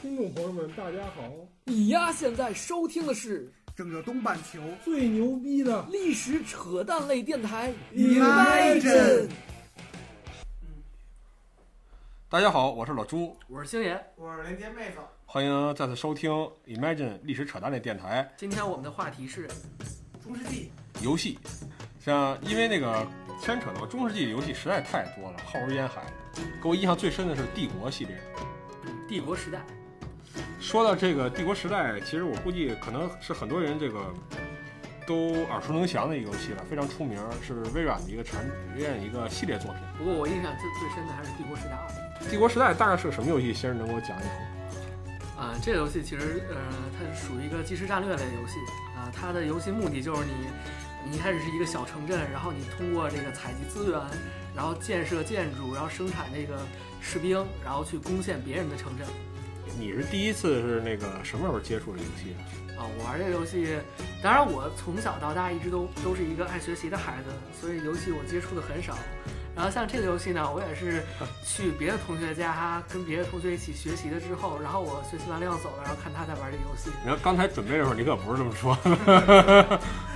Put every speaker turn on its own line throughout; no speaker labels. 听众朋友们，大家好！
你呀，现在收听的是
整个东半球
最牛逼的
历史扯淡类电台
Imagine
大家好，我是老朱，
我是星爷，
我是连接妹子，
欢迎再次收听 Imagine 历史扯淡类电台
今天我们的话题是
中世纪
游戏。像因为那个牵扯到中世纪游戏实在太多了，浩如烟海。给我印象最深的是帝国系列。
帝国时代，
说到这个帝国时代，其实我估计可能是很多人这个都耳熟能详的一个游戏了，非常出名，是微软的一个产微软一个系列作品。
不过我印象最最深的还是帝国时代二
帝国时代大概是个什么游戏？先生能给我讲讲？
啊、这个游戏其实呃，它是属于一个即时战略类游戏啊、它的游戏目的就是你，你一开始是一个小城镇，然后你通过这个采集资源，然后建设建筑，然后生产这个士兵，然后去攻陷别人的城镇。
你是第一次是那个什么时候接触的游戏？
啊，我玩这个游戏，当然我从小到大一直都都是一个爱学习的孩子，所以游戏我接触的很少。然后像这个游戏呢，我也是去别的同学家，跟别的同学一起学习了之后，然后我学习完了要走了，然后看他在玩这个游戏。
然后刚才准备的时候，你可不是这么说。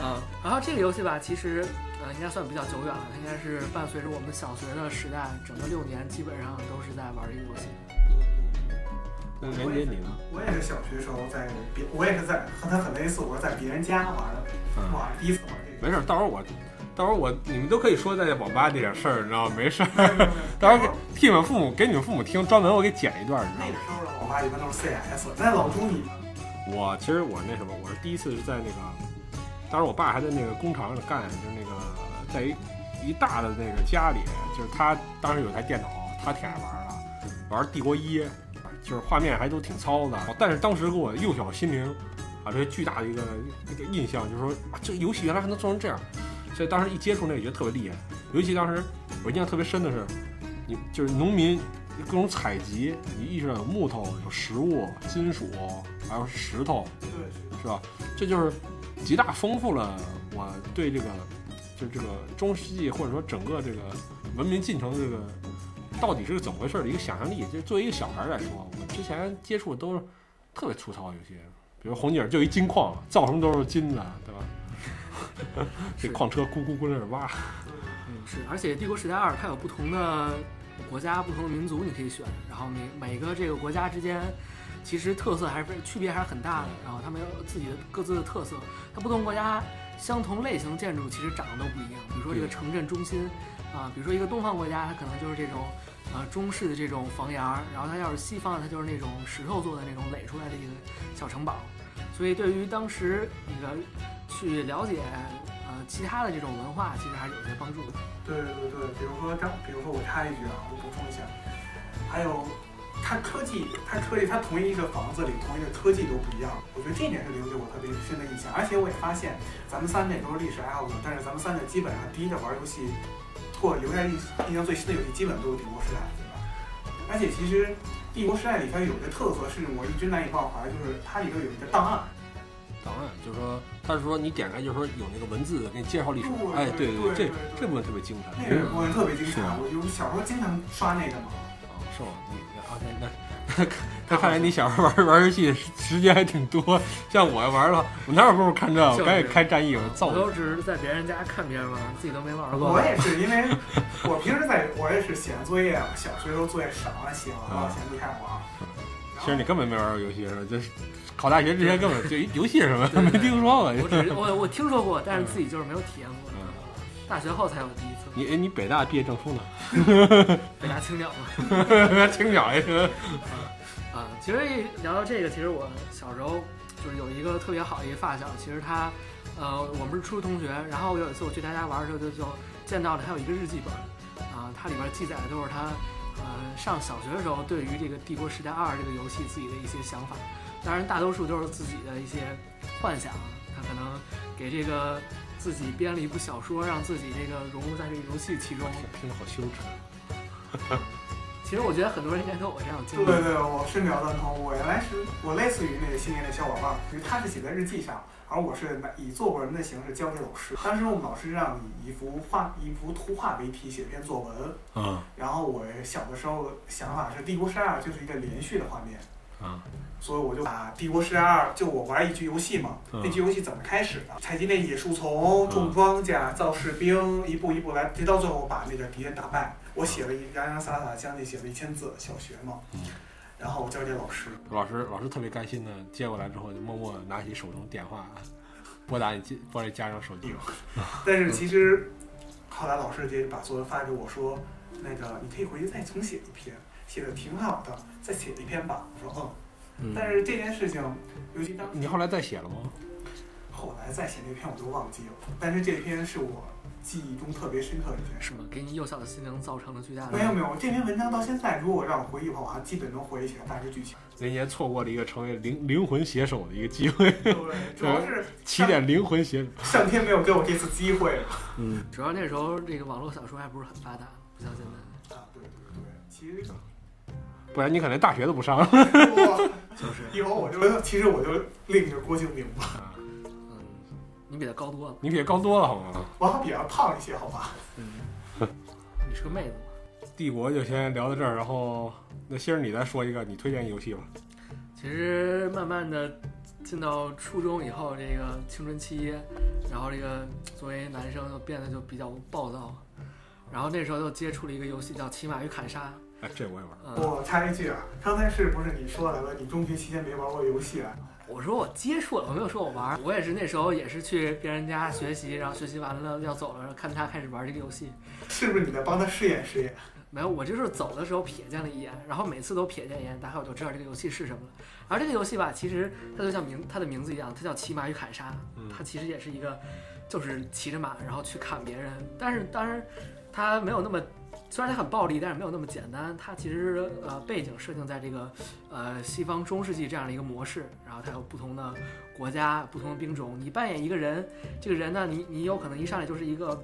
啊，然后这个游戏吧，其实呃应该算比较久远了，它应该是伴随着我们小学的时代，整个六年基本上都是在玩这个游戏。
那连接你呢？
我也是小学时候在别，我也是在和他很类似，我是在别人家玩的，我第一次玩这个。
没事儿，到时候我，到时候我，你们都可以说在网吧这点事儿，你知道吗？没事儿，到时候给替你们父母给你们父母听，专门我给剪一段，你知
那
道
个
吗？
时候的网吧一般都是 CS，但老朱你
我其实我那什么，我是第一次是在那个，当时我爸还在那个工厂里干，就是那个在一一大的那个家里，就是他当时有台电脑，他挺爱玩儿的，玩《帝国一》，就是画面还都挺糙的，但是当时给我幼小心灵啊，这巨大的一个这个印象，就是说、啊、这个游戏原来还能做成这样，所以当时一接触那个觉得特别厉害，尤其当时我印象特别深的是，你就是农民各种采集，你意识到有木头、有食物、金属，还有石头，
对
是吧？这就是极大丰富了我对这个，就这个中世纪或者说整个这个文明进程的这个到底是个怎么回事的一个想象力。就作为一个小孩来说，我之前接触的都是特别粗糙的游戏，比如红警就一金矿，造什么都是金的，对吧？这矿车咕咕咕在那儿挖，
是，而且《帝国时代二》它有不同的国家、不同的民族，你可以选，然后每每个这个国家之间其实特色还是非区别还是很大的，然后他们有自己的各自的特色，它不同国家相同类型建筑其实长得都不一样，比如说这个
对
城镇中心啊、比如说一个东方国家，它可能就是这种。呃，中式的这种房檐儿，然后它要是西方的，它就是那种石头做的那种垒出来的一个小城堡，所以对于当时那个去了解呃其他的这种文化，其实还是有些帮助的。
对对对对，比如说张，比如说我插一句啊，我补充一下，还有它科技，它科技，它同一个房子里同一个科技都不一样，我觉得这一点是留给我特别深的印象。而且我也发现，咱们三个也都是历史爱好者，但是咱们三个基本上第一个玩游戏，或者留下印印象最深的游戏，基本都是帝国时代，对吧？而且其实帝国时代里它有一个特色是我一直难以忘怀，就是它里头有一个档案，
档案就是说，他是说你点开就是说有那个文字给你介绍历史，哎，对
对对，
对这这部分特别精彩，
那个我特别精
是
彩
啊，
我就小时候经常刷那个嘛。
哦，是吗？你啊，那那那看来你小时候玩玩游戏时间还挺多。像我玩了，我哪有功夫看这？我赶紧开战役，我造
我都只是在别人家看别人玩，自己都没玩过。
我也是，因为我平时在我也是写完作业，小学时候作业少啊，写完了闲不太玩。
啊其实你根本没玩过游戏是吧？这是考大学之前根本就游戏是什么 没听说过。
我只是我我听说过，但是自己就是没有体验过。大学后才有第一次，
嗯你哎你北大毕业证书呢？
北大青鸟嘛。
青鸟哎，
啊，其实一聊到这个，其实我小时候就是有一个特别好的一个发小，其实他，呃，我们是初中同学，然后有一次我去他家玩的时候就，就见到了他有一个日记本，啊、它里边记载的都是他，呃，上小学的时候对于这个《帝国时代二》这个游戏自己的一些想法，当然大多数都是自己的一些幻想，啊他可能给这个自己编了一部小说，让自己这个融入在这个游戏其中。
听着好羞耻。
其实我觉得很多人应该都有这样的经
对
历。
对，我深表赞同。我原来是我类似于那个新年的小伙伴，就是他是写在日记上，而我是拿以作文的形式交给老师。当时我们老师让以一幅画、一幅图画为题写篇作文，
嗯
啊然后我小的时候想法是《帝国时代二》就是一个连续的画面，
啊，
所以我就把《帝国时代二》就我玩一局游戏嘛，
嗯
那局游戏怎么开始的？采集那野树丛、种
嗯
庄稼、造士兵，一步一步来，直到最后把那个敌人打败。我写了一洋洋洒洒将近写了一千字，小学嘛
嗯。
然后我交给老师，
老师老师特别开心的接过来之后，就默默拿起手中电话，拨打你家拨你家长手机。
但是其实后来老师直接把作文发给我说，那个你可以回去再重写一篇，写的挺好的，再写一篇吧。我说嗯。但是这件事情，尤其当时
你后来再写了吗？
后来再写那篇我都忘记了，但是这篇是我记忆中特别深刻的一件事。
是吗？给你幼小的心灵造成了巨大的
没有没有，这篇文章到现在，如果让我回忆的话，我还基本能回忆起来大致剧情。
林杰错过了一个成为灵灵魂写手的一个机会，
对，主要是
起点灵魂写手。
上天没有给我这次机会
嗯，
主要那时候这个网络小说还不是很发达，不像现 在。
啊！对对对，其实
不然你可能大学都不上了。
我
就是，
以后我就其实我就另一个郭敬明吧，
嗯，你比他高多了。
你比他高多了好吗？
我还比他胖一些，好吧？
嗯你是个妹子嘛。
帝国就先聊到这儿，然后那星儿你再说一个你推荐游戏吧。
其实慢慢的进到初中以后，这个青春期，然后这个作为男生就变得就比较暴躁，然后那时候就接触了一个游戏叫《骑马与砍杀
哎，这我也玩。》。
嗯，
我插一句啊，刚才是不是你说来了？你中学期间没玩过游戏啊？
我说我接触了，我没有说我玩儿。我也是那时候也是去别人家学习，然后学习完了要走了，然后看他开始玩这个游戏。
是不是你在帮他试验试验？
没有，我就是走的时候瞥见了一眼，然后每次都瞥见一眼，大概我就知道这个游戏是什么了。而这个游戏吧，其实它就像名它的名字一样，它叫《骑马与砍杀》
嗯，
它其实也是一个，就是骑着马然后去砍别人。但是当然，它没有那么，虽然它很暴力，但是没有那么简单。它其实呃背景设定在这个呃西方中世纪这样的一个模式，然后它有不同的国家、不同的兵种。你扮演一个人，这个人呢，你你有可能一上来就是一个。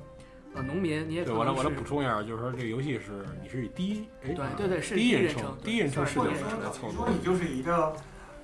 呃，农民，你也可
对，
能
我来我来
是
补充一下，就是说这个游戏是你是以第一，哎，
对对对，是
第一人
人
称
称，
第一人称
对
视
或
角
算
者
是
是
第
说
一人称
等
来操
于
作
说你就是一个，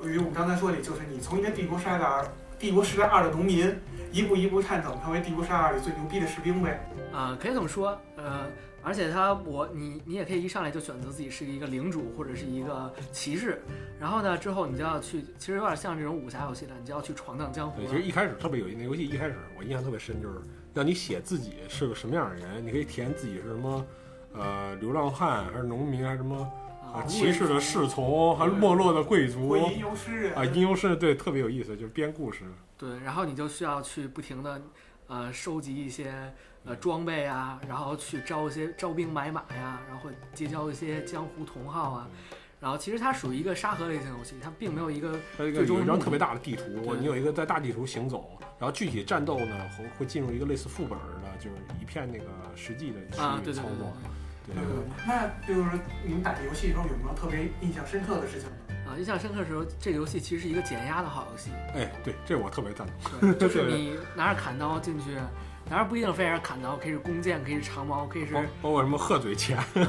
与我们刚才说的，就是你从一个帝国时代的儿帝国时代二的农民，一步一步看怎么成为帝国时代二里最牛逼的士兵呗。
啊、可以这么说，呃，而且他我你你也可以一上来就选择自己是一个领主或者是一个骑士，然后呢之后你就要去，其实有点像这种武侠游戏了，你就要去闯荡江湖
对，
了
其实一开始特别有意思，那游戏一开始我印象特别深，就是让你写自己是个什么样的人，你可以体验自己是什么，呃，流浪汉还是农民还是什么啊，
啊。
骑士的侍从还是没落的贵族
我吟游诗人
哦啊，吟游诗人对，特别有意思，就是编故事。
对，然后你就需要去不停的，呃，收集一些呃装备啊，然后去招一些招兵买马呀，然后结交一些江湖同好啊。
嗯
然后其实它属于一个沙盒类型游戏，它并没有一个
它这个
最终
有一张
目的
特别大的地图，
对
你有一个在大地图行走，然后具体战斗呢会会进入一个类似副本儿的，就是一片那个实际的
啊，对对
区域操
对对
作。
对。
对对
对
对，那就是你们打游戏的时候有没有特别印象深刻的事情呢？
啊，印象深刻的时候，这个游戏其实是一个减压的好游戏，
哎，对，这我特别赞同。
对，就是
对
你拿着砍刀进去，拿着不一定非得是砍刀，可以是弓箭，可以是长矛，可以是
包
啊、
包括什么鹤嘴钳，
对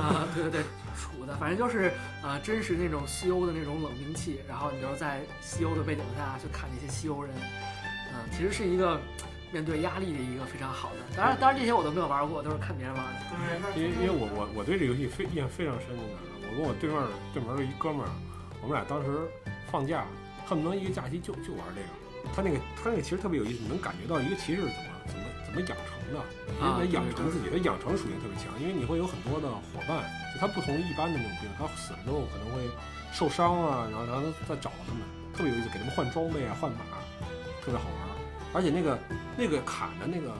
对对，杵的，反正就是呃，真实那种西欧的那种冷兵器，然后你就是在西欧的背景下去砍那些西欧人，嗯、其实是一个面对压力的一个非常好的，当然当然这些我都没有玩过，都是看别人玩的，
对，那
因为因为我我我对这游戏非印象非常深的，啊我跟我对面对门的一哥们儿，啊我们俩当时放假，恨不得一个假期就就玩这个。他那个他那个其实特别有意思，你能感觉到一个骑士怎么怎么怎么养成的，因
啊
为他养
对
成
对
自己，他养成属性特别强，因为你会有很多的伙伴，就他不同于一般的那种兵，他死了之后可能会受伤啊，然后然后再找他们，特别有意思，给他们换装备啊，换马，特别好玩儿。而且那个那个砍的那个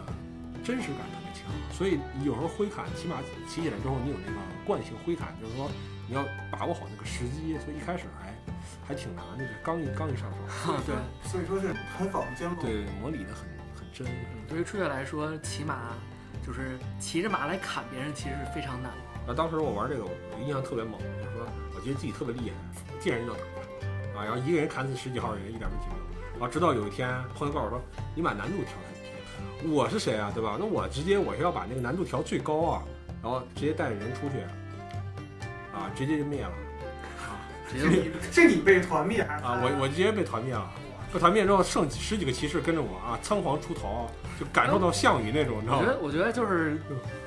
真实感特别强，所以你有时候挥砍，起码骑起来之后，你有那个惯性挥砍，就是说你要把握好那个时机，所以一开始还还挺难的，就是刚一刚一上 手，
啊对。
所以说是很仿真嘛。
对，模拟的很很真。
对于初月来说，骑马就是骑着马来砍别人，其实是非常难的。
那当时我玩这个，我印象特别猛，就是说我觉得自己特别厉害，见人就打啊，然后一个人砍死十几号人，一点问题没有。然后直到有一天，朋友告诉我说，你把难度调太低。我是谁啊，对吧？那我直接我是要把那个难度调最高啊，然后直接带着人出去，啊，直接就灭了
直
是
接
你是你被团灭还是他
啊！我我直接被团灭了。被团灭之后，剩几十几个骑士跟着我啊，仓皇出逃，就感受到项羽那种，你知
我
道
觉
吗
得，？我觉得就是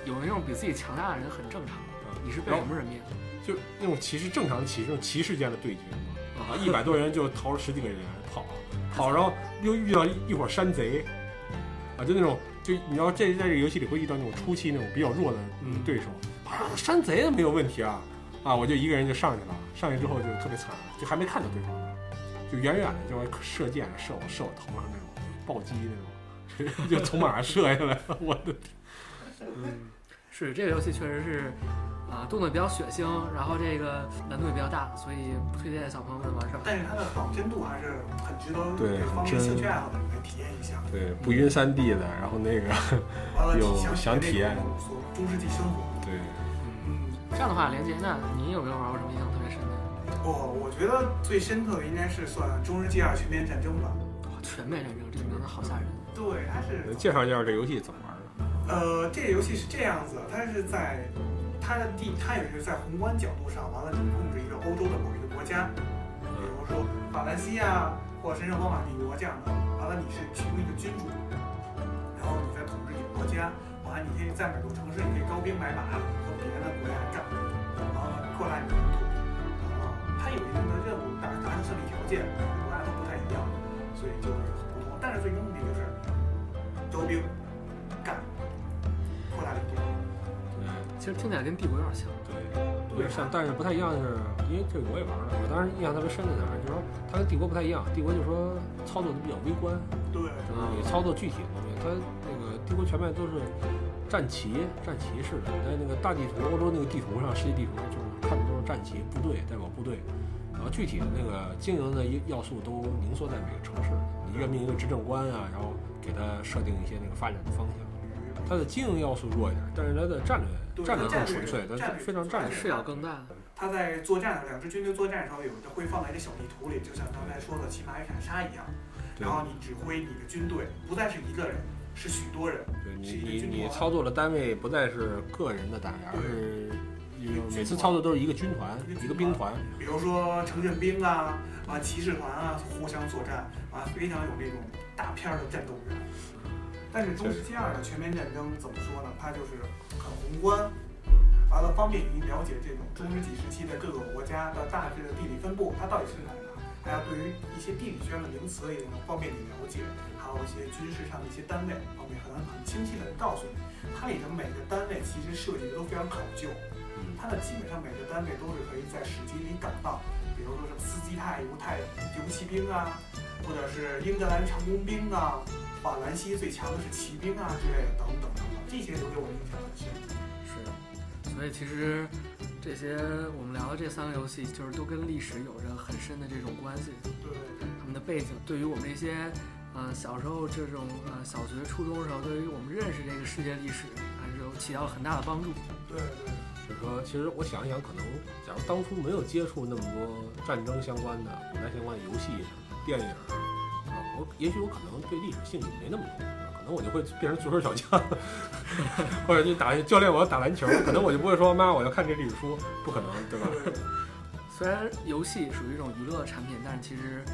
有那种比自己强大的人很正常。
啊
你是被
然
什
后
么人灭的？
就那种骑士正常的骑士，那种骑士间的对决嘛。
啊、
啊，一百多人就逃了十几个人跑，跑然后又遇到一伙山贼，啊，就那种就你要这在这个游戏里会遇到那种初期那种比较弱的
嗯
对手，啊，山贼没有问题啊，啊，我就一个人就上去了，上去之后就特别惨，就还没看到对方呢，就远远的就射箭射我射我头上那种暴击那种， 就从马上射下来了，我的
嗯，是这个游戏确实是，啊、动作比较血腥，然后这个难度也比较大，所以不推荐小朋友们玩上。
但是它的仿真度还是很值得
对
这方面
真
兴趣爱好的人来体验一下。
对不晕三 D 的，然后那个
完了，
有
想
想体验
那种所中世纪生活。
对
嗯，
这样的话，连杰呢，你有没有玩过什么印象特别深的？
哦，我觉得最深刻的应该是算中日 G 二全面战争吧。
哦全面战争这个名字好吓人。
对，它是
介绍一下这游戏怎么玩的。
呃，这个游戏是这样子，它是在它的地，它也是在宏观角度上，完了你控制一个欧洲的某一个国家，比如说法兰西亚或者神圣罗马帝国这样的，完了你是其中一个君主，然后你在统治一个国家，完了你可以在每个城市你可以高兵买马和别的国家干，然后过来你的领土，然后它有一定的任务，但是达成胜利条件每个国家都不太一样，所以就很不同，但是最终目的就是招兵干扩大领土。
对
其实听起来跟帝国有点像。
对，有点像，但是不太一样的是，因为这个我也玩了，我当时印象特别深的在哪儿，就是说它跟帝国不太一样，帝国就是说操作的比较微观，
对，
就是你操作具体的方面，它那个帝国全面都是战旗战旗式的，在那个大地图欧洲那个地图上，世界地图上就是看的都是战旗部队代表部队，然后具体的那个经营的要素都凝缩在每个城市，你任命一个执政官啊，然后给他设定一些那个发展的方向。它的经营要素弱一点，但是它的战略
对
战略
它战
更
略
纯粹，它
战略
非常战略。
视角更大，
他在作战，两支军队作战的时候，有的会放在一个小地图里，就像刚才说的骑马与斩杀一样。
对
然后你指挥你的军队，不再是一个人，是许多人。
对
是一
你
个
你
军
你
团
操作的单位不再是个人的单位，而
对
是
一个
有每
军
次
团
操作都是一个军团
一个，
一
军
个兵团
团。比如说城镇兵啊，啊骑士团啊，互相作战啊，非常有那种大片儿的战斗感。但是中世纪二的全面战争怎么说呢？它就是很宏观，完了方便您了解这种中世纪时期的各个国家的大致的地理分布，它到底是哪儿哪儿，还有对于一些地理学上的名词也能方便你了解，还有一些军事上的一些单位方面，可能很清晰的告诉你。它里的每个单位其实设计的都非常考究，它的基本上每个单位都是可以在史籍里找到，比如说什么斯基泰犹太游骑兵啊，或者是英格兰长弓兵啊，法兰西最强的是骑兵啊之类的，等等等等，这些都给我印象很深。
是，所以其实这些我们聊的这三个游戏，就是都跟历史有着很深的这种关系，
对对
他们的背景对于我们这些呃小时候这种呃小学、初中时候，对于我们认识这个世界历史，还是有起到了很大的帮助。
对对，
就是说，其实我想一想，可能假如当初没有接触那么多战争相关的、古代相关的游戏、电影啊，我也许我可能对历史兴趣没那么多，可能我就会变成足球小将， 或者就打教练我要打篮球，可能我就不会说妈我要看这历史书，不可能，对吧？
虽然游戏属于一种娱乐产品，但是其实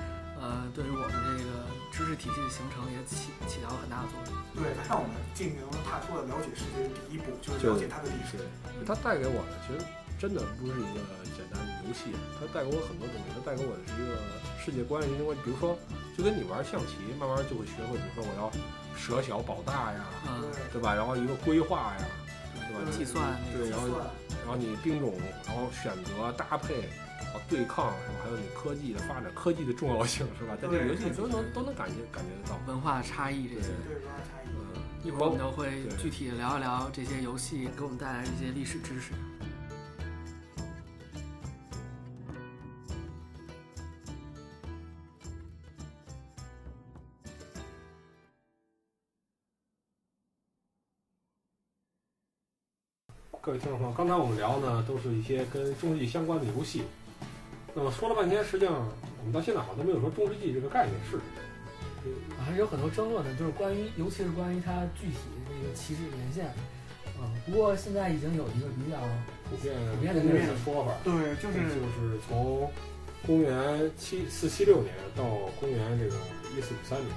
呃对于我们这个知识体系的形成也起起到了很大的作用。
对，它让我们进行踏出了了解世界的第一步，就是了解它的历史。
它带给我的其实真的不是一个简单的游戏，它带给我很多东西，它带给我的是一个世界观，因为比如说，就跟你玩象棋，慢慢就会学会，比如说我要舍小保大呀，
嗯、
对吧？然后一个规划呀，对吧？
嗯
计算那个
对，
计
然后
算，
然后你兵种，然后选择搭配，然后对抗，然后还有你科技的发展，科技的重要性是吧？在这个游戏里都能都能感觉感觉得到。
文化差异这些。
对，文化差异。
嗯，
一会儿我们都会
对
具体地聊一聊这些游戏给我们带来的一些历史知识。
各位听众朋友，刚才我们聊呢，都是一些跟中世纪相关的游戏。那么说了半天，实际上我们到现在好像都没有说中世纪这个概念是什么。
嗯
还是有很多争论的，就是关于，尤其是关于它具体的这个旗帜年限，啊、不过现在已经有一个比较，
普遍
普遍的嗯
公认的说法，
对，就
嗯就是就是从公元七四七六年到公元这个一四五三年，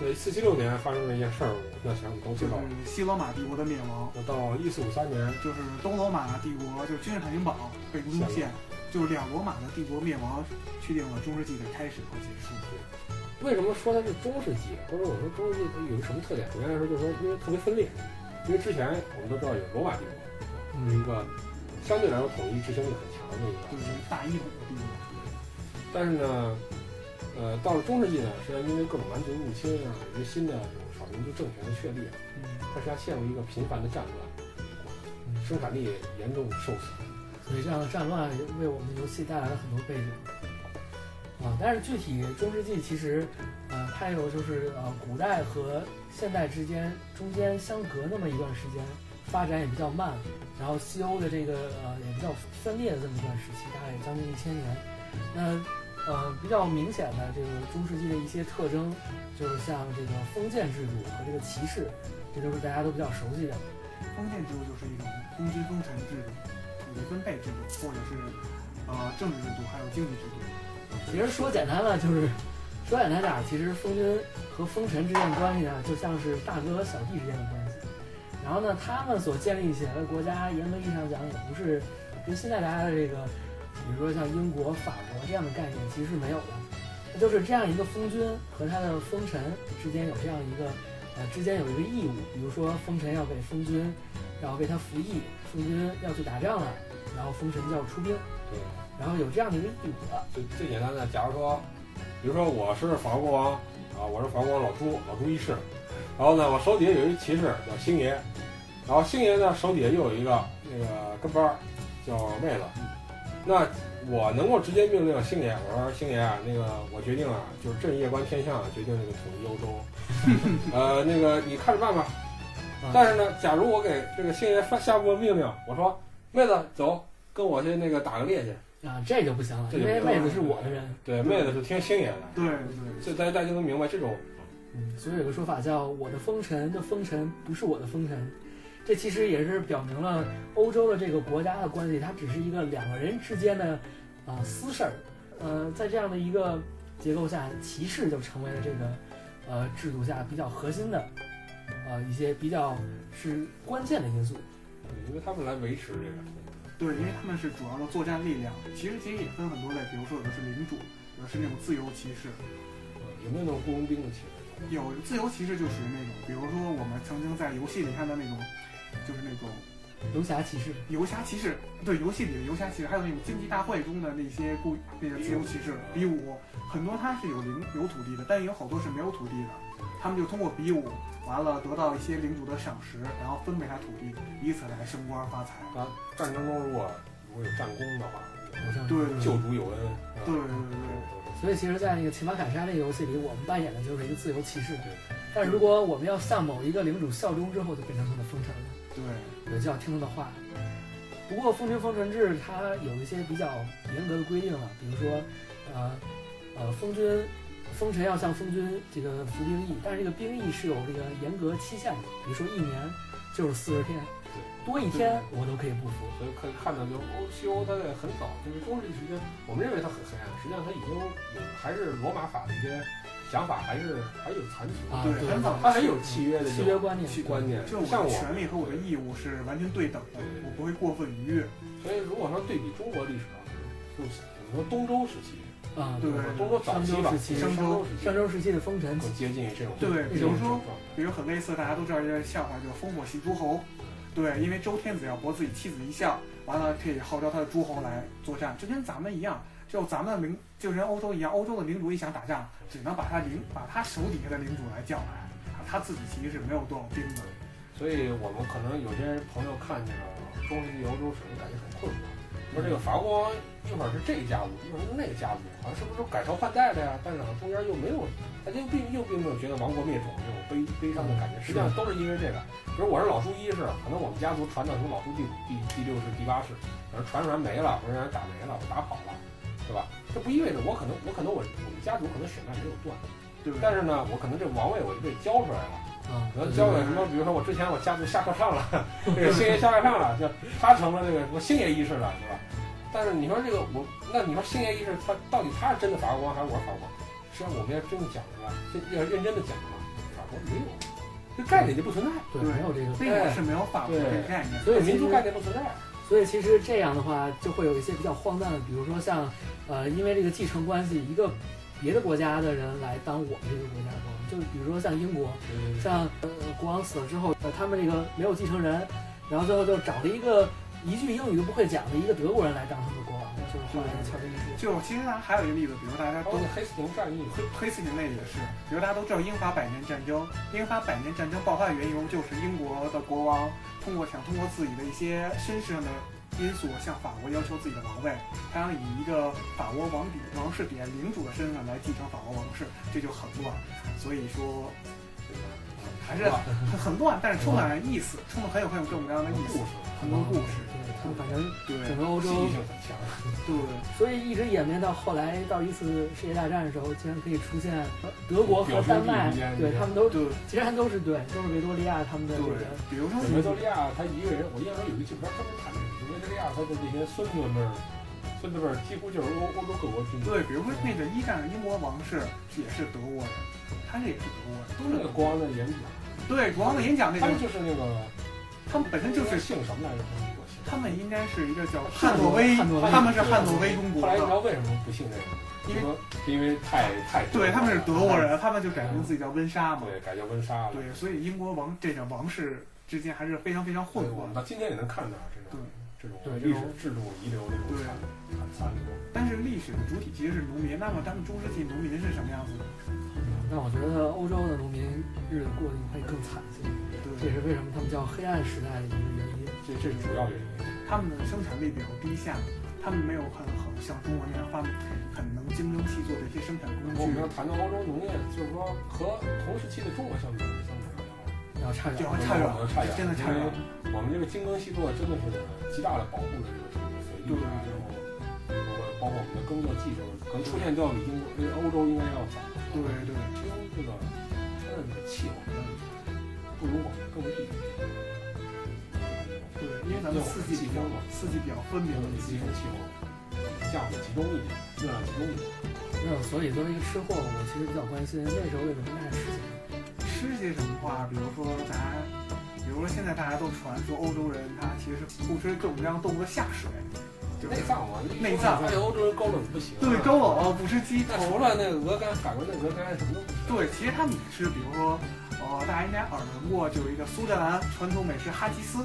对，四七六年发生的一件事儿，那想我们都知
就
道。
嗯
是西罗马帝国的灭亡。
那到一四五三年，
就是东罗马帝国，就是君士坦丁堡被攻陷，就两罗马的帝国灭亡，确定了中世纪的开始和结束。
为什么说它是中世纪，或者我说中世纪它有一个什么特点？首先来说，就是说因为特别分裂，因为之前我们都知道有罗马帝国，是一个相对来说统一执行力很强的一个
就是大一统的帝国，
但是呢，呃，到了中世纪呢，实际上因为各种蛮族入侵啊，以及新的这种少数民族政权的确立啊，
嗯
它实际上陷入一个频繁的战
嗯
乱，生产力严重受损。
所以这样的战乱也为我们游戏带来了很多背景。啊，但是具体中世纪其实，呃，它有就是呃，古代和现代之间中间相隔那么一段时间，发展也比较慢，然后西欧的这个呃也比较分裂的这么一段时期，大概也将近一千年。那呃比较明显的这个中世纪的一些特征，就是像这个封建制度和这个骑士，这都是大家都比较熟悉的。
封建制度就是一种公知封臣制度、土地分配制度，或者是呃政治制度，还有经济制度。
其实说简单了就是，说简单点儿，其实封君和封神之间的关系呢，就像是大哥和小弟之间的关系。然后呢，他们所建立起来的国家，严格意义上讲也不是跟现在大家的这个，比如说像英国、法国这样的概念其实是没有的。那就是这样一个封君和他的封臣之间有这样一个，呃，之间有一个义务，比如说封臣要给封君，要为他服役，封君要去打仗了，然后封神就要出兵，
对，
然后有这样的一个义务了。
最最简单的，假如说，比如说我是法国国王啊，我是法国国王老朱，老朱一世，然后呢，我手底下有一骑士叫星爷，然后星爷呢手底下又有一个那个跟班儿叫妹子，那我能够直接命令星爷，我说星爷啊，那个我决定啊，就是朕夜观天象啊，决定这个统一欧洲， 呃，那个你看着办吧。但是呢，假如我给这个星爷发下过命令，我说妹子走，跟我去那个打个猎去。
啊，这就不行了，
这
因
就
为
不行
妹
了
子是我的人。
对，妹子是听星爷的。
对对，
这大家大家都明白这种，
嗯，所以有个说法叫“我的封神”的封神不是我的封神，这其实也是表明了欧洲的这个国家的关系，它只是一个两个人之间的啊、私事儿。呃，在这样的一个结构下，骑士就成为了这个呃制度下比较核心的呃一些比较是关键的因素。
因为他们来维持这个。
对，因为他们是主要的作战力量。其实其实也分很多类，比如说有的是领主，有的是那种自由骑士，
有没有那种雇佣兵的情况？
有自由骑士就属于那种，比如说我们曾经在游戏里看到那种，就是那种
游侠骑士，
游侠骑士，对，游戏里的游侠骑士，还有那种竞技大会中的那些故那个自由骑士比武，很多他是有领有土地的，但也有好多是没有土地的，他们就通过比武，完了得到一些领主的赏识，然后分配他土地，以此来升官发财。
啊，战争中如果如果有战功的话，
好像
对
救主有恩。
对对
对
对
所以其实，在那个《骑马砍杀》那个游戏里，我们扮演的就是一个自由骑士
对。
但如果我们要向某一个领主效忠之后，就变成他的封臣了。
对
我就要听他的话。不过《风尘封神制》它有一些比较严格的规定了，啊比如说，呃，呃，封君、封臣要向封君这个服兵役，但是这个兵役是有这个严格期限的，比如说一年就是四十天，多一天我都可以不服。
所以可以看到，就欧西欧它在很早，就是中世纪时间，我们认为它很黑暗，实际上它已经有还是罗马法的一些想法，还是还有残存，
啊，
对，很早
它还有契约的
契
这
约
种
观念，
观念
就是，
像
我
我
的权利和我的义务是完全对等的，我不会过分逾越。
所以如果说对比中国历史啊，就是我们说东周时期，
啊，
对
或者东周早期吧，商周时期
商周时期的封臣，
更接近于这种
对
这种
比如
状
说
况。
比如很类似，大家都知道一个笑话，就是烽火戏诸侯。对，因为周天子要博自己妻子一笑，完了可以号召他的诸侯来作战，就跟咱们一样，就咱们领就跟欧洲一样，欧洲的领主一想打仗，只能把他领把他手底下的领主来叫来，啊他自己其实是没有多少兵的。
所以我们可能有些朋友看这个中世纪欧洲史，就感觉很困惑，说这个法国一会儿是这个家族，一会儿是那个家族，好像是不是都改朝换代了呀？但是好像中间又没有，大家又并又并没有觉得亡国灭种这种悲悲伤的感觉，实际上都是因为这个。比如我是老朱一世，可能我们家族传到什么老朱第第第六世、第八世，可能传传没了，或者让人打没了，我打跑了，对吧？这不意味着我可能我可能我我们家族可能血脉没有断，
对，
但是呢，我可能这王位我就被教出来了。
啊，
可能交给什么？比如说我之前我家族下课上了，这个星爷下课上了，就他成了这个什么星爷一世了，是吧？但是你说这个我，那你说星爷一世他到底他是真的法国还是我是法国？实际上我们要真的讲出来，这要认真的讲出来，法国没有这概念就不存在，
对，没有这个。
哎
那会儿是没有法国这个概念。
所以民族概念不存在。
所以其实这样的话，就会有一些比较荒诞的，比如说像，呃，因为这个继承关系，一个别的国家的人来当我们这个国家的国王，就比如说像英国，
嗯
像呃国王死了之后，呃他们这个没有继承人，然后最后就找了一个一句英语都不会讲的一个德国人来当他们的国王，就是后来的乔治一世。
就其实呢，还有一个例子，比如大家
包
都
括黑死龙战役，
黑黑森林类也是，比如大家都知道英法百年战争，英法百年战争爆发的缘由就是英国的国王通过想通过自己的一些身世上的因素向法国要求自己的王位，他想以一个法国王底王室底下领主的身份来继承法国王室，这就很乱。所以说，对吧还是很很乱，但是充满了意思，充满很有很有各种各样的意
故
思
事，
很多故事。
对，他们反正
对
整个欧
记
洲，
忆性很强。
对，
所以一直演变到后来到一次世界大战的时候，竟然可以出现德国和丹麦
呃表兄弟之间，
对他们都
对
其实还都是对，都是维多利亚他们的这
对
个。，
比如说
维多利亚他一个人，我印象中有一个纪录片专门谈这个，维多利亚他的那些孙子们儿，孙子们儿几乎就是欧欧洲各国平民。
对，比如说那个一战英国王室也是德国人，他这也是德国人，都
那个
是
国王的演讲，
对国王的演讲那
他
种
们，就是那个，
他们本身就是
姓什么来着？我姓
他们应该是一个叫汉诺威，
汉诺威
他们是汉诺威公国
后来你知
的，
道为什么不姓这个？
因为
说是因为太太
对他们是德国，人，他们就改名自己叫温莎嘛，
对，改叫温莎了。
对，所以英国王这个王室之间还是非常非常混
对，我
乱
们
的，
到今天也能看到这种这
对
种历史制度遗留那种
对
残残残留。
但是历史的主体其实是农民，那么他们中世纪农民是什么样子的？
但我觉得欧洲的农民日子过得会更惨些，这
对，
也是为什么他们叫黑暗时代的一个原因。
这这
主要原因。
他们的生产力比较低下，他们没有很好像中国那样发明很能精耕细作的一些生产
我
工
们
具
要。谈到欧洲农业，就是说和同时期的中国相比，相比较
要差
这
点
样，啊差远了，
啊差远，
真的差远了。。
我们这个精耕细作啊真的是极大的保护了这个种族随意啊，
嗯
然后包括包括我们的耕作技术，可能出现都要比英国、这个欧洲应该要早。
对对，
欧洲这个真的是气候不如我们更地
对，因为咱们四季比较四季比较分明
那
的
个
一
地
些
种，气候，下午集中一点，热量集中一点。
那所以作为一个吃货，我其实比较关心那时候为什么爱吃什么。
吃些什么话，比如说咱，比如说现在大家都传说欧洲人他其实不吃各种各样动物的下水，就是
内脏嘛，
内脏
发现欧洲人高冷不行、
对高。冷不吃鸡
那
头
除了那个鹅肝，法国那个鹅肝什么都不
对，其实他们也吃，比如说，呃，大家应该耳闻过，就有一个苏格兰传统美食哈吉斯，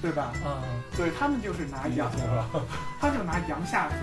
对吧？
啊，
对他们就是拿羊，
是吧？
他就拿羊下水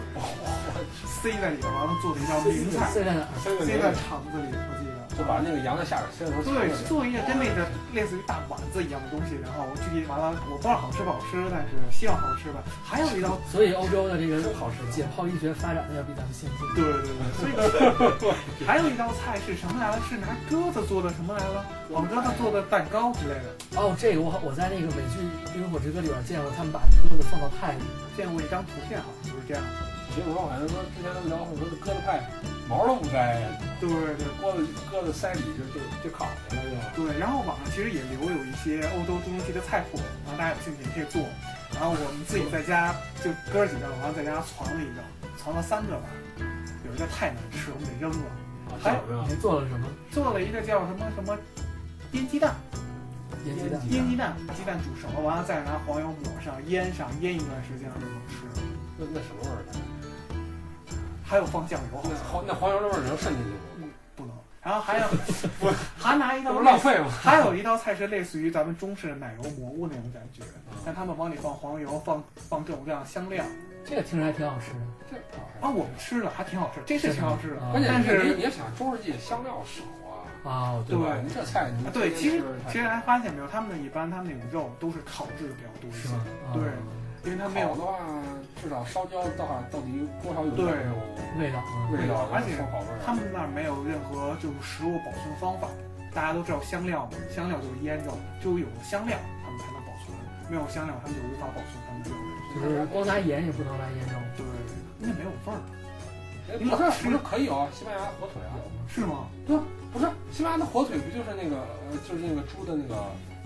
塞在里边，完了做成一道名菜，
现在哪儿？
三个
塞
人
在肠子里，我记得。
就把那个羊的下水塞成
对，做一个跟那个类似于大丸子一样的东西，然后具体完了，我不知道好吃不好吃，但是希望好吃吧。还有一道，
所以欧洲的这个
真好吃
解剖医学发展的要比咱们先进。
对对对，所以还有一道菜是什么来了？是拿鸽子做的什么来了？哦，鸽子做的蛋糕之类的。
哦，这个我我在那个美剧《冰与火之歌》里边见过，他们把鸽子放到派里。
见过一张图片，好像就是这样。
结果好像说之前他们聊会说鸽子派毛都不摘呀，
对对对
鸽子鸽子塞里就就就烤去了就。
对，然后网上其实也留有一些欧洲中世纪的菜谱，然后大家有兴趣也可以做。然后我们自己在家就哥几个，然后在家攒了一个，攒了三个吧。有一个太难吃，我们得扔了。
还有呢，
你做了什么？
做了一个叫什么什么腌鸡蛋，
腌鸡蛋。
腌鸡蛋，把鸡蛋煮熟了，完了再拿黄油抹上，腌上，腌一段时间就能吃。
那那什么味儿呢？
还有放酱油，好
那
像
黄那黄油的味儿能渗进去吗？
嗯不能。然后还有，我还拿一
那
道
不是
类
浪
似，
费吗？
还有一道菜是类似于咱们中式的奶油蘑菇那种感觉，但他们往里放黄油，放放各种各样的香料。
这个听着还挺好吃的。
这
啊，我们吃了还挺好吃，这是挺好吃的。
啊
关键
但是
你你要想中世纪香料少啊，
啊，
对吧？你这菜你
啊对，其实其实
还
还发现没有，他们的一般他们那种肉都是烤制的比较多一
是啊
些，
吗？
因为他
烤
没有
的话，至少烧焦的话，到底多少有
对
那种
味道。嗯
味道，
而且
烧烤味儿。啊
他们那儿没有任何就是食物保存方法，大家都知道香料嘛，香料就是腌着，就有了香料他们才能保存，没有香料他们就无法保存他们这种东西。
就是光拿盐也不能来腌肉。
对，因为没有味儿，
哎不是不是可以有啊？西班牙火腿啊？
是吗？
不是，西班牙的火腿不就是那个呃，就是那个猪的那个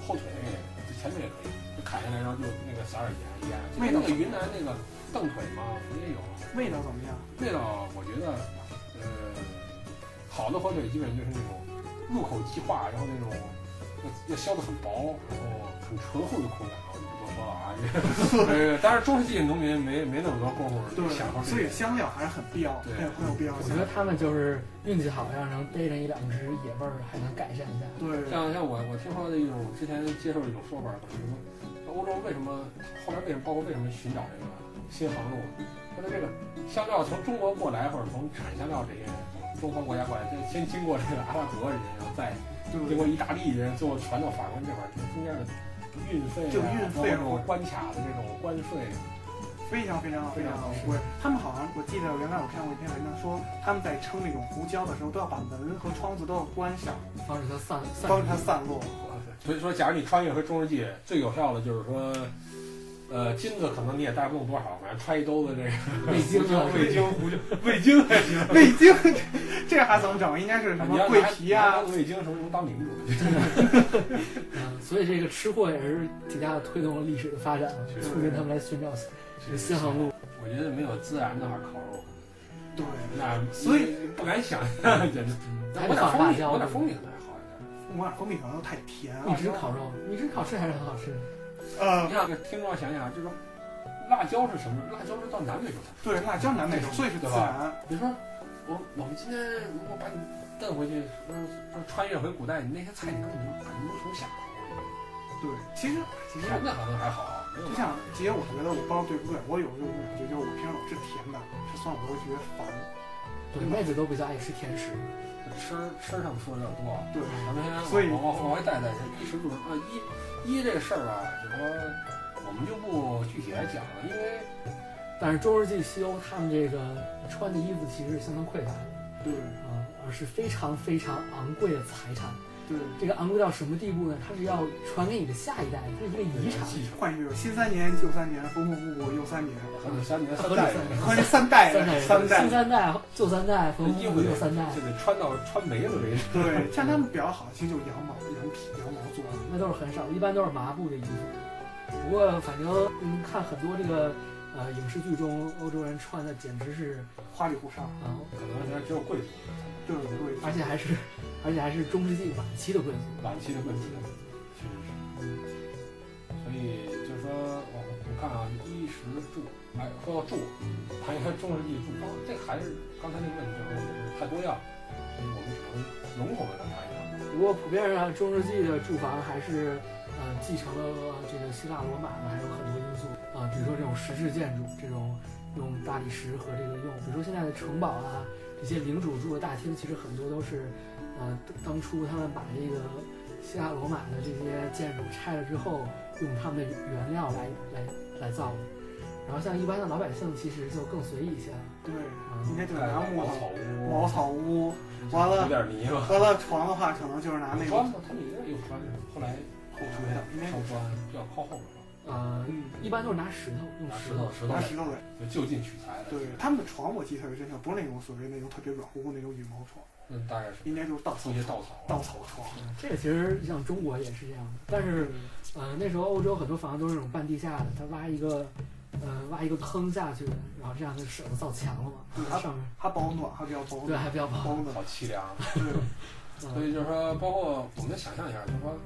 后腿那个，就前腿也可以，就砍下来，然后就那个撒点盐腌，就跟那个呃云南那个凳腿嘛，不也有啊？
味道怎么样？
味道我觉得，呃，好的火腿基本就是那呃种入呃口即化，然后那种要要削的很薄，然后很醇厚的口感，我就不多说。说啊，这对，但是中世纪农民没没那么多功夫享
对，
受这
所以
些。
香料还是很必要，
对
很有很有必要
我觉
性。
得他们就是运气好，要是能逮着一两只野味儿，还能改善一下。
对，
像像我我听说的一种，之前接受一种说法，什么欧洲为什么后来为什么包括为什么寻找这个新航路，它的这个香料从中国过来或者从产香料这些中国国家过来，就先经过这个阿拉伯人，然后再
对不对？
经过意大利人，最后传到法国这块儿，这中间的运费、啊、
这个运费啊
包括这种关卡的这种关税，
非常非常非常昂贵。他们好像我记得原来我看过一篇文章说，他们在称那种胡椒的时候，都要把门和窗子都要关上，
防止它散散
防止它散落。
所以说，假如你穿越回中世纪，最有效的就是说，呃，金子可能你也带不动多少，反正揣一兜子这个
味精啊，
味精、胡椒、味精还行。
味精，这还怎么整？应该是什
你
么
要
桂
拿
皮啊
拿？味精什么能当领主？
嗯，所以这个吃货也是极大的推动了历史的发展，啊促进他们来寻找这 个
啊
新航路。
我觉得没有孜然的话，烤肉
对，
那
所以
不敢 想象，简直。
还
我
得
点
放
蜂
辣
蜜，
椒
我点蜂蜜啊可能还好一点。
木耳蜂蜜可能太甜
蜜
了。
汁烤肉，蜜汁烤翅还是很好吃的。
呃
你，让听众想想，就是辣椒是什么？辣椒是到南美洲才
对，辣椒难那种，所以是孜然。
你说我我们今天如果把你蹬回去，说说穿越回古代，你那些菜你根本就感觉没什么想头。
对，其实啊其实
甜的可能还好，啊没有
就像姐，我觉得我不知道对不对，我有这种感觉，就是我平常我吃甜的，吃酸我都会觉得烦。
对，妹子都比较爱吃甜食。
吃吃上说的有点多。
对，
咱们先
所以
往往往回带带衣食住行啊，衣衣这事儿啊，就说我们就不具体来讲了，因为
但是中世纪西欧他们这个穿的衣服其实是相当匮乏的
对
啊，而是非常非常昂贵的财产。
对，
这个昂贵到什么地步呢？它是要传给你的下一代，它是一个遗产。
继承
换一句，新三年旧三年，风风火火又三年，
和你三年三代人，
关于三代
三代、
了，三代
新。三代、旧三代和
衣服
旧三代，
就得穿到穿没了为止。
对，像他们比较好，其实就是羊毛、羊皮、羊毛做的。
那都是很少，一般都是麻布的衣服。不过反正嗯，看很多这个呃影视剧中，欧洲人穿的简直是
花里胡哨，
啊、
可能就是只有贵族，
对对，
而且还是而且还是中世纪晚期的贵族。
晚期的贵族，确实是。所以就说我我看啊，衣食住，哎，说到住，谈一谈中世纪住房，这还是刚才那个问题，就是太多样，所以我们只能笼统的来谈一谈。
不过普遍上中世纪的住房还是呃继承了这个希腊罗马的，还有很多因素啊、比如说这种石质建筑，这种用大理石和这个用，比如说现在的城堡啊，这些领主住的大厅，其实很多都是呃当初他们把这个希腊罗马的这些建筑拆了之后，用他们的原料来来来造的。然后像一般的老百姓其实就更随意一些了，
对，啊
嗯，
应该就是拿木
茅
头、
草屋，
茅草屋，完
有
了
点泥吧。
完了床的话，可能就是拿那
砖
种
嘛，他们一个有砖，后来
后厨的，应该
上砖要靠后面了，
呃，
嗯，
一般都是拿石头，用石头，
石
拿石头的。
就就近取材的。
对，他们的床我记得特别真像，不是那种所谓那种特别软乎乎那种羽毛床，
那大概是
应该就是稻草
铺一些稻草，啊
稻草床。
这个其实像中国也是这样的，但是
对
呃，那时候欧洲很多房子都是那种半地下的，他挖一个，呃，挖一个坑下去，然后这样就舍得造墙了嘛。
对，还
上面
还保暖，还比较保
对
暖，
还比较薄。
保暖。
好凄凉。
对，
啊所
嗯，
以就是说，包括我们想象一下，就是说，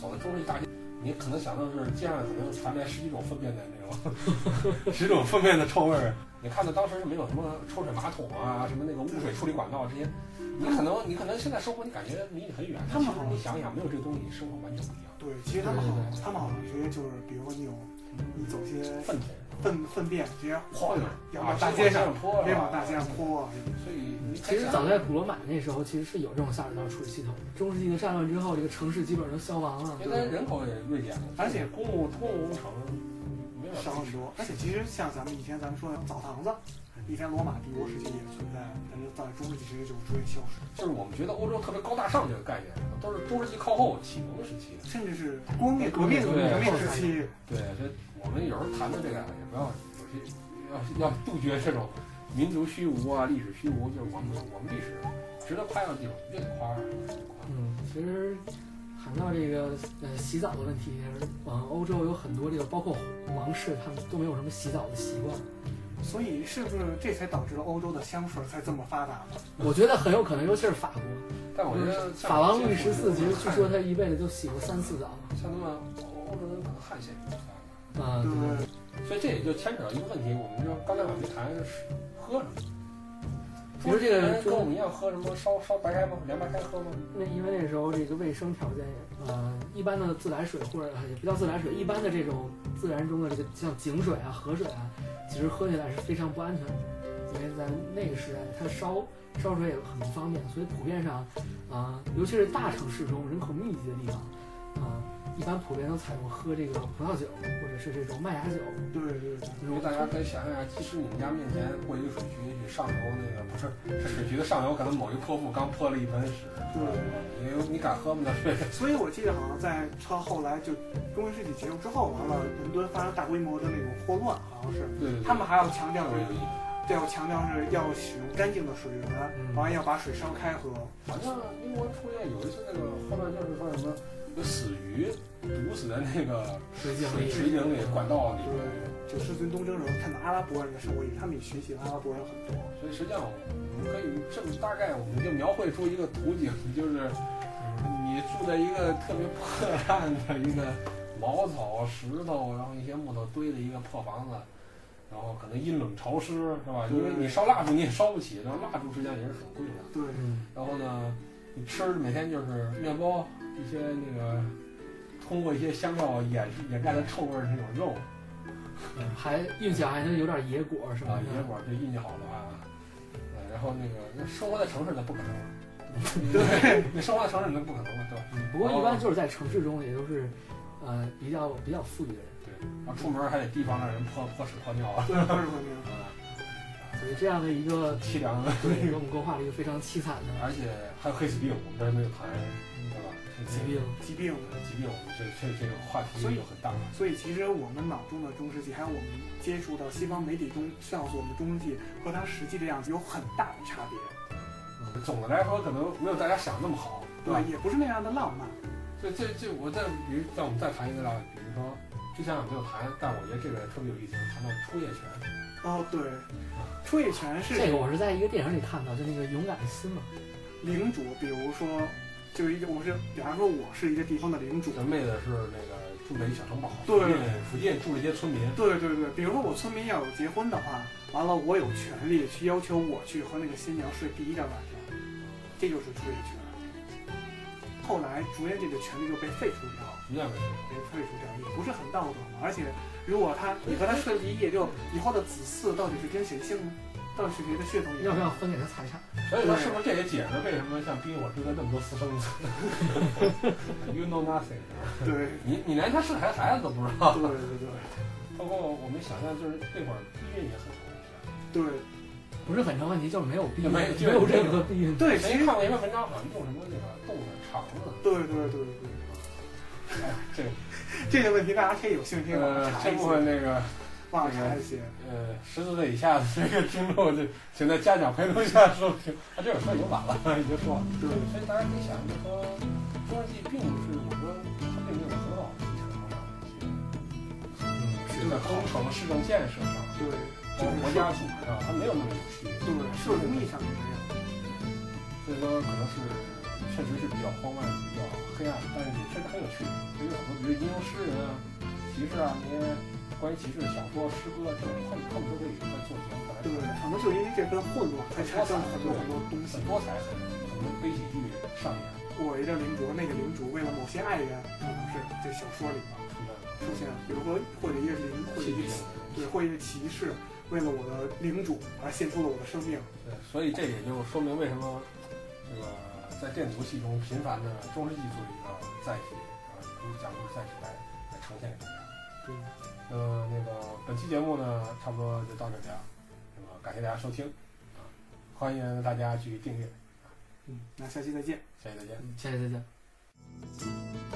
走到中世纪大街，你可能想到是街上可能传来十几种粪便的 那种，十种粪便的臭味儿。你看到当时是没有什么抽水马桶啊，什么那个污水处理管道这些，你可能你可能现在生活你感觉离你很远，
他们好
你想一想，没有这个东西，你生活完全不一样。
对，其实他们好，他们好像直接就是，比如说那种，你走些
粪桶，
粪粪便，直接哗
粪，
要
啊
往大街上，
泼，
直接往大街上泼。啊
所以你
其实早在古罗马那时候，其实是有这种下水道处理系统。中世纪的战乱之后，这个城市基本上都消亡了。
原来人口也锐减了，
而且
公务公务工程没有
少很多。而且其实像咱们以前咱们说的澡堂子，以前罗马帝国时期也存在，但是在中世纪时期就逐渐消失，
就是我们觉得欧洲特别高大上这个概念，都是中世纪靠后启蒙时期的。
甚至是工业革命革命时期。
对，所以我们有时候谈的这个也不要有些要要杜绝这种民族虚无啊、历史虚无，就是我们我们历史值得夸耀的地方就得夸。
嗯，其实谈到这个呃洗澡的问题，嗯，欧洲有很多这个，包括王室，他们都没有什么洗澡的习惯。
所以是不是这才导致了欧洲的香水才这么发达呢？
我觉得很有可能，尤其是法国，
但我觉得
嗯
像
法王路易十四，
其
其实据说他一辈子就洗过三次澡。
像他们欧洲人可能汗腺比较发达，
啊，对对
对
对，
所以这也就牵扯到一个问题，我们就刚才我们谈是喝什么。哎
其实这个
人跟我们一样喝什么烧烧白开吗？凉白开喝吗？
那因为那时候这个卫生条件也，呃，一般的自来水或者也不叫自来水，一般的这种自然中的这个像井水啊、河水啊，其实喝起来是非常不安全的，因为在那个时代它烧烧水也很不方便，所以普遍上，啊、尤其是大城市中人口密集的地方，啊、一般普遍都采用喝这个葡萄酒或者是这种麦芽酒，
对对对，
因为大家可以想象一下，即使你们家面前过一个水渠，也许上游那个不是是水渠的上游，可能某一泼妇刚泼了一盆屎，
对
你你敢喝吗？那水
所以我记得好像在超后来就中文世纪结束之后，完了伦敦发生大规模的那种霍乱，好像是
对对
他们还要强调
我有
是
意见。
对，要强调是要使用干净的水源，
嗯
完了要把水烧开喝。
好像英国出现有一次那个后面就是说什么有死鱼毒死在那个
水井
水
里，
水井里管道里
就，是就世尊东征的时候看到阿拉伯人的生活，也是他们也学习了阿拉伯人很多。
所以实际上我们可以这么大概我们就描绘出一个图景，就是你住在一个特别破烂的一个茅草、石头，然后一些木头堆的一个破房子。然后可能阴冷潮湿是吧？因为你烧蜡烛你也烧不起，然后蜡烛实际上也是很贵的。
对，
嗯，
然后呢，你吃每天就是面包，一些那个通过一些香料掩饰掩盖的臭味儿的那种肉
嗯还运气好还能有点野果是吧？
啊，野果就运气好的话，呃，然后那个那生活在城市那不可能了， 对， 你生活在城市那不可能了，对吧？
嗯不过一般就是在城市中，也都是，呃，比较比较富裕的人，
然后出门还得提防让人泼泼屎泼尿啊，
对，不是文明。
所以这样的一个
凄凉的，
对啊给我们勾画了一个非常凄惨的嗯
而且还有黑死病，我们这儿没有谈，对吧？
疾病。
疾病。
疾病，我们这这这个话题
所以
就很大。
所以其实我们脑中的中世纪，还有我们接触到西方媒体中上诉我们中世纪和它实际的样子有很大的差别。
总的来说，可能没有大家想的那么好，对吧？
对，也不是那样的浪漫。
这这这，我再比如在我们再谈一个啦，比如说之前我没有谈，但我觉得这个特别有意思，谈到出夜权。
哦，对，出野权是
这个我是在一个电影里看到，就那个勇敢的心嘛，
领主，比如说，就是一个我是，比方说我是一个地方的领主，
这妹子是那个住在一小城堡，
对
附近附近住了一些村民，
对对对，比如说我村民要有结婚的话，完了我有权利去要求我去和那个新娘睡第一个晚上，这就是出业权。后来逐渐这个权利就被废除掉，
逐渐被
被废除掉也不是很道德嘛。而且如果他你和他睡了一夜，就以后的子嗣到底是跟谁姓，到底是谁的血统也
要不要分给他财产？
所以说，是不是这也解释了为什么像冰与火之歌那么多私生 子？You know nothing 啊。
对对
你你连他是谁孩子都不知道，
对对
包括我们想象，就是那会儿避孕也很常见。
对
不是很成问题，就是没有避孕，
没
没有任何避孕。
对对，其
谁
实
看过一篇文哎章，好像用什么那个动的肠子？
对对对对对，
哎，这个
这个问题大家可以有兴趣网
呃
上查
这
一
部
些，
分那个。
网上查一些。
呃，十四岁以下的这个听众，就请在家长陪同下收听。啊，这本书已经晚了，已经说完了。
对，
所以大家可以想，就说中世纪并不是我说它并没有很好的啊继承的
嗯，
是在工程、市政建设上，
对，
包括国家组织上，它没有那么有趣。
对，社会意义上是这样。
所以说，可能是确实是比较荒诞、比较黑暗，但是也确实很有趣。因为很多，比如吟游诗人啊、骑士啊，那些关于骑士的小说、诗歌，这种恨恨不得可以再做节目来
对，可能就因为这份混乱，才产生了很多很多东西
很。多才很很多悲喜剧上演。
我一个领主，那个领主为了某些爱人，可能是这小说里面出现，比如说或者一个领，或者一个骑对，或者一个骑士，为了我的领主而献出了我的生命。
对，所以这也就说明为什么这个在电子游戏中频繁的中世纪作为一个载体，啊，以讲述载体来来呈现给大家。
对，
呃，那个本期节目呢，差不多就到这里啊，那么感谢大家收听，啊，欢迎大家去订阅，
嗯，那下期再见。
下期再见。
嗯，谢谢再见。